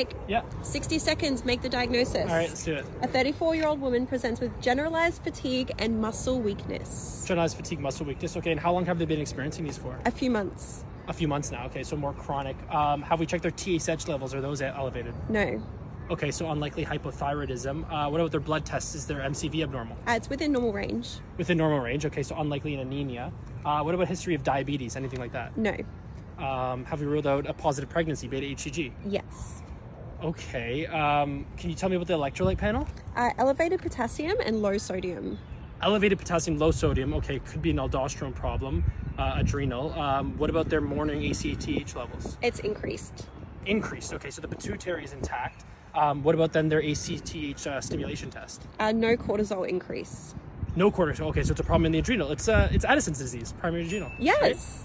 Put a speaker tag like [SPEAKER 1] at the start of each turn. [SPEAKER 1] Like
[SPEAKER 2] Yeah.
[SPEAKER 1] 60 seconds, make the diagnosis.
[SPEAKER 2] All right, let's do it.
[SPEAKER 1] A 34 year old woman presents with generalized fatigue and muscle weakness.
[SPEAKER 2] Generalized fatigue muscle weakness. Okay, and how long have they been experiencing these for?
[SPEAKER 1] A few months.
[SPEAKER 2] A few months now. Okay, so more chronic. Um, have we checked their TSH levels? Are those elevated?
[SPEAKER 1] No.
[SPEAKER 2] Okay, so unlikely hypothyroidism. Uh, what about their blood tests? Is their MCV abnormal?
[SPEAKER 1] Uh, it's within normal range.
[SPEAKER 2] Within normal range. Okay, so unlikely in anemia. Uh, what about history of diabetes? Anything like that?
[SPEAKER 1] No.
[SPEAKER 2] Um, have we ruled out a positive pregnancy, beta HCG?
[SPEAKER 1] Yes.
[SPEAKER 2] Okay. Um, can you tell me about the electrolyte panel?
[SPEAKER 1] Uh, elevated potassium and low sodium.
[SPEAKER 2] Elevated potassium, low sodium. Okay, could be an aldosterone problem, uh, adrenal. Um, what about their morning ACTH levels?
[SPEAKER 1] It's increased.
[SPEAKER 2] Increased. Okay, so the pituitary is intact. Um, what about then their ACTH uh, stimulation test?
[SPEAKER 1] Uh, no cortisol increase.
[SPEAKER 2] No cortisol. Okay, so it's a problem in the adrenal. It's uh, it's Addison's disease, primary adrenal. right?
[SPEAKER 1] Yes.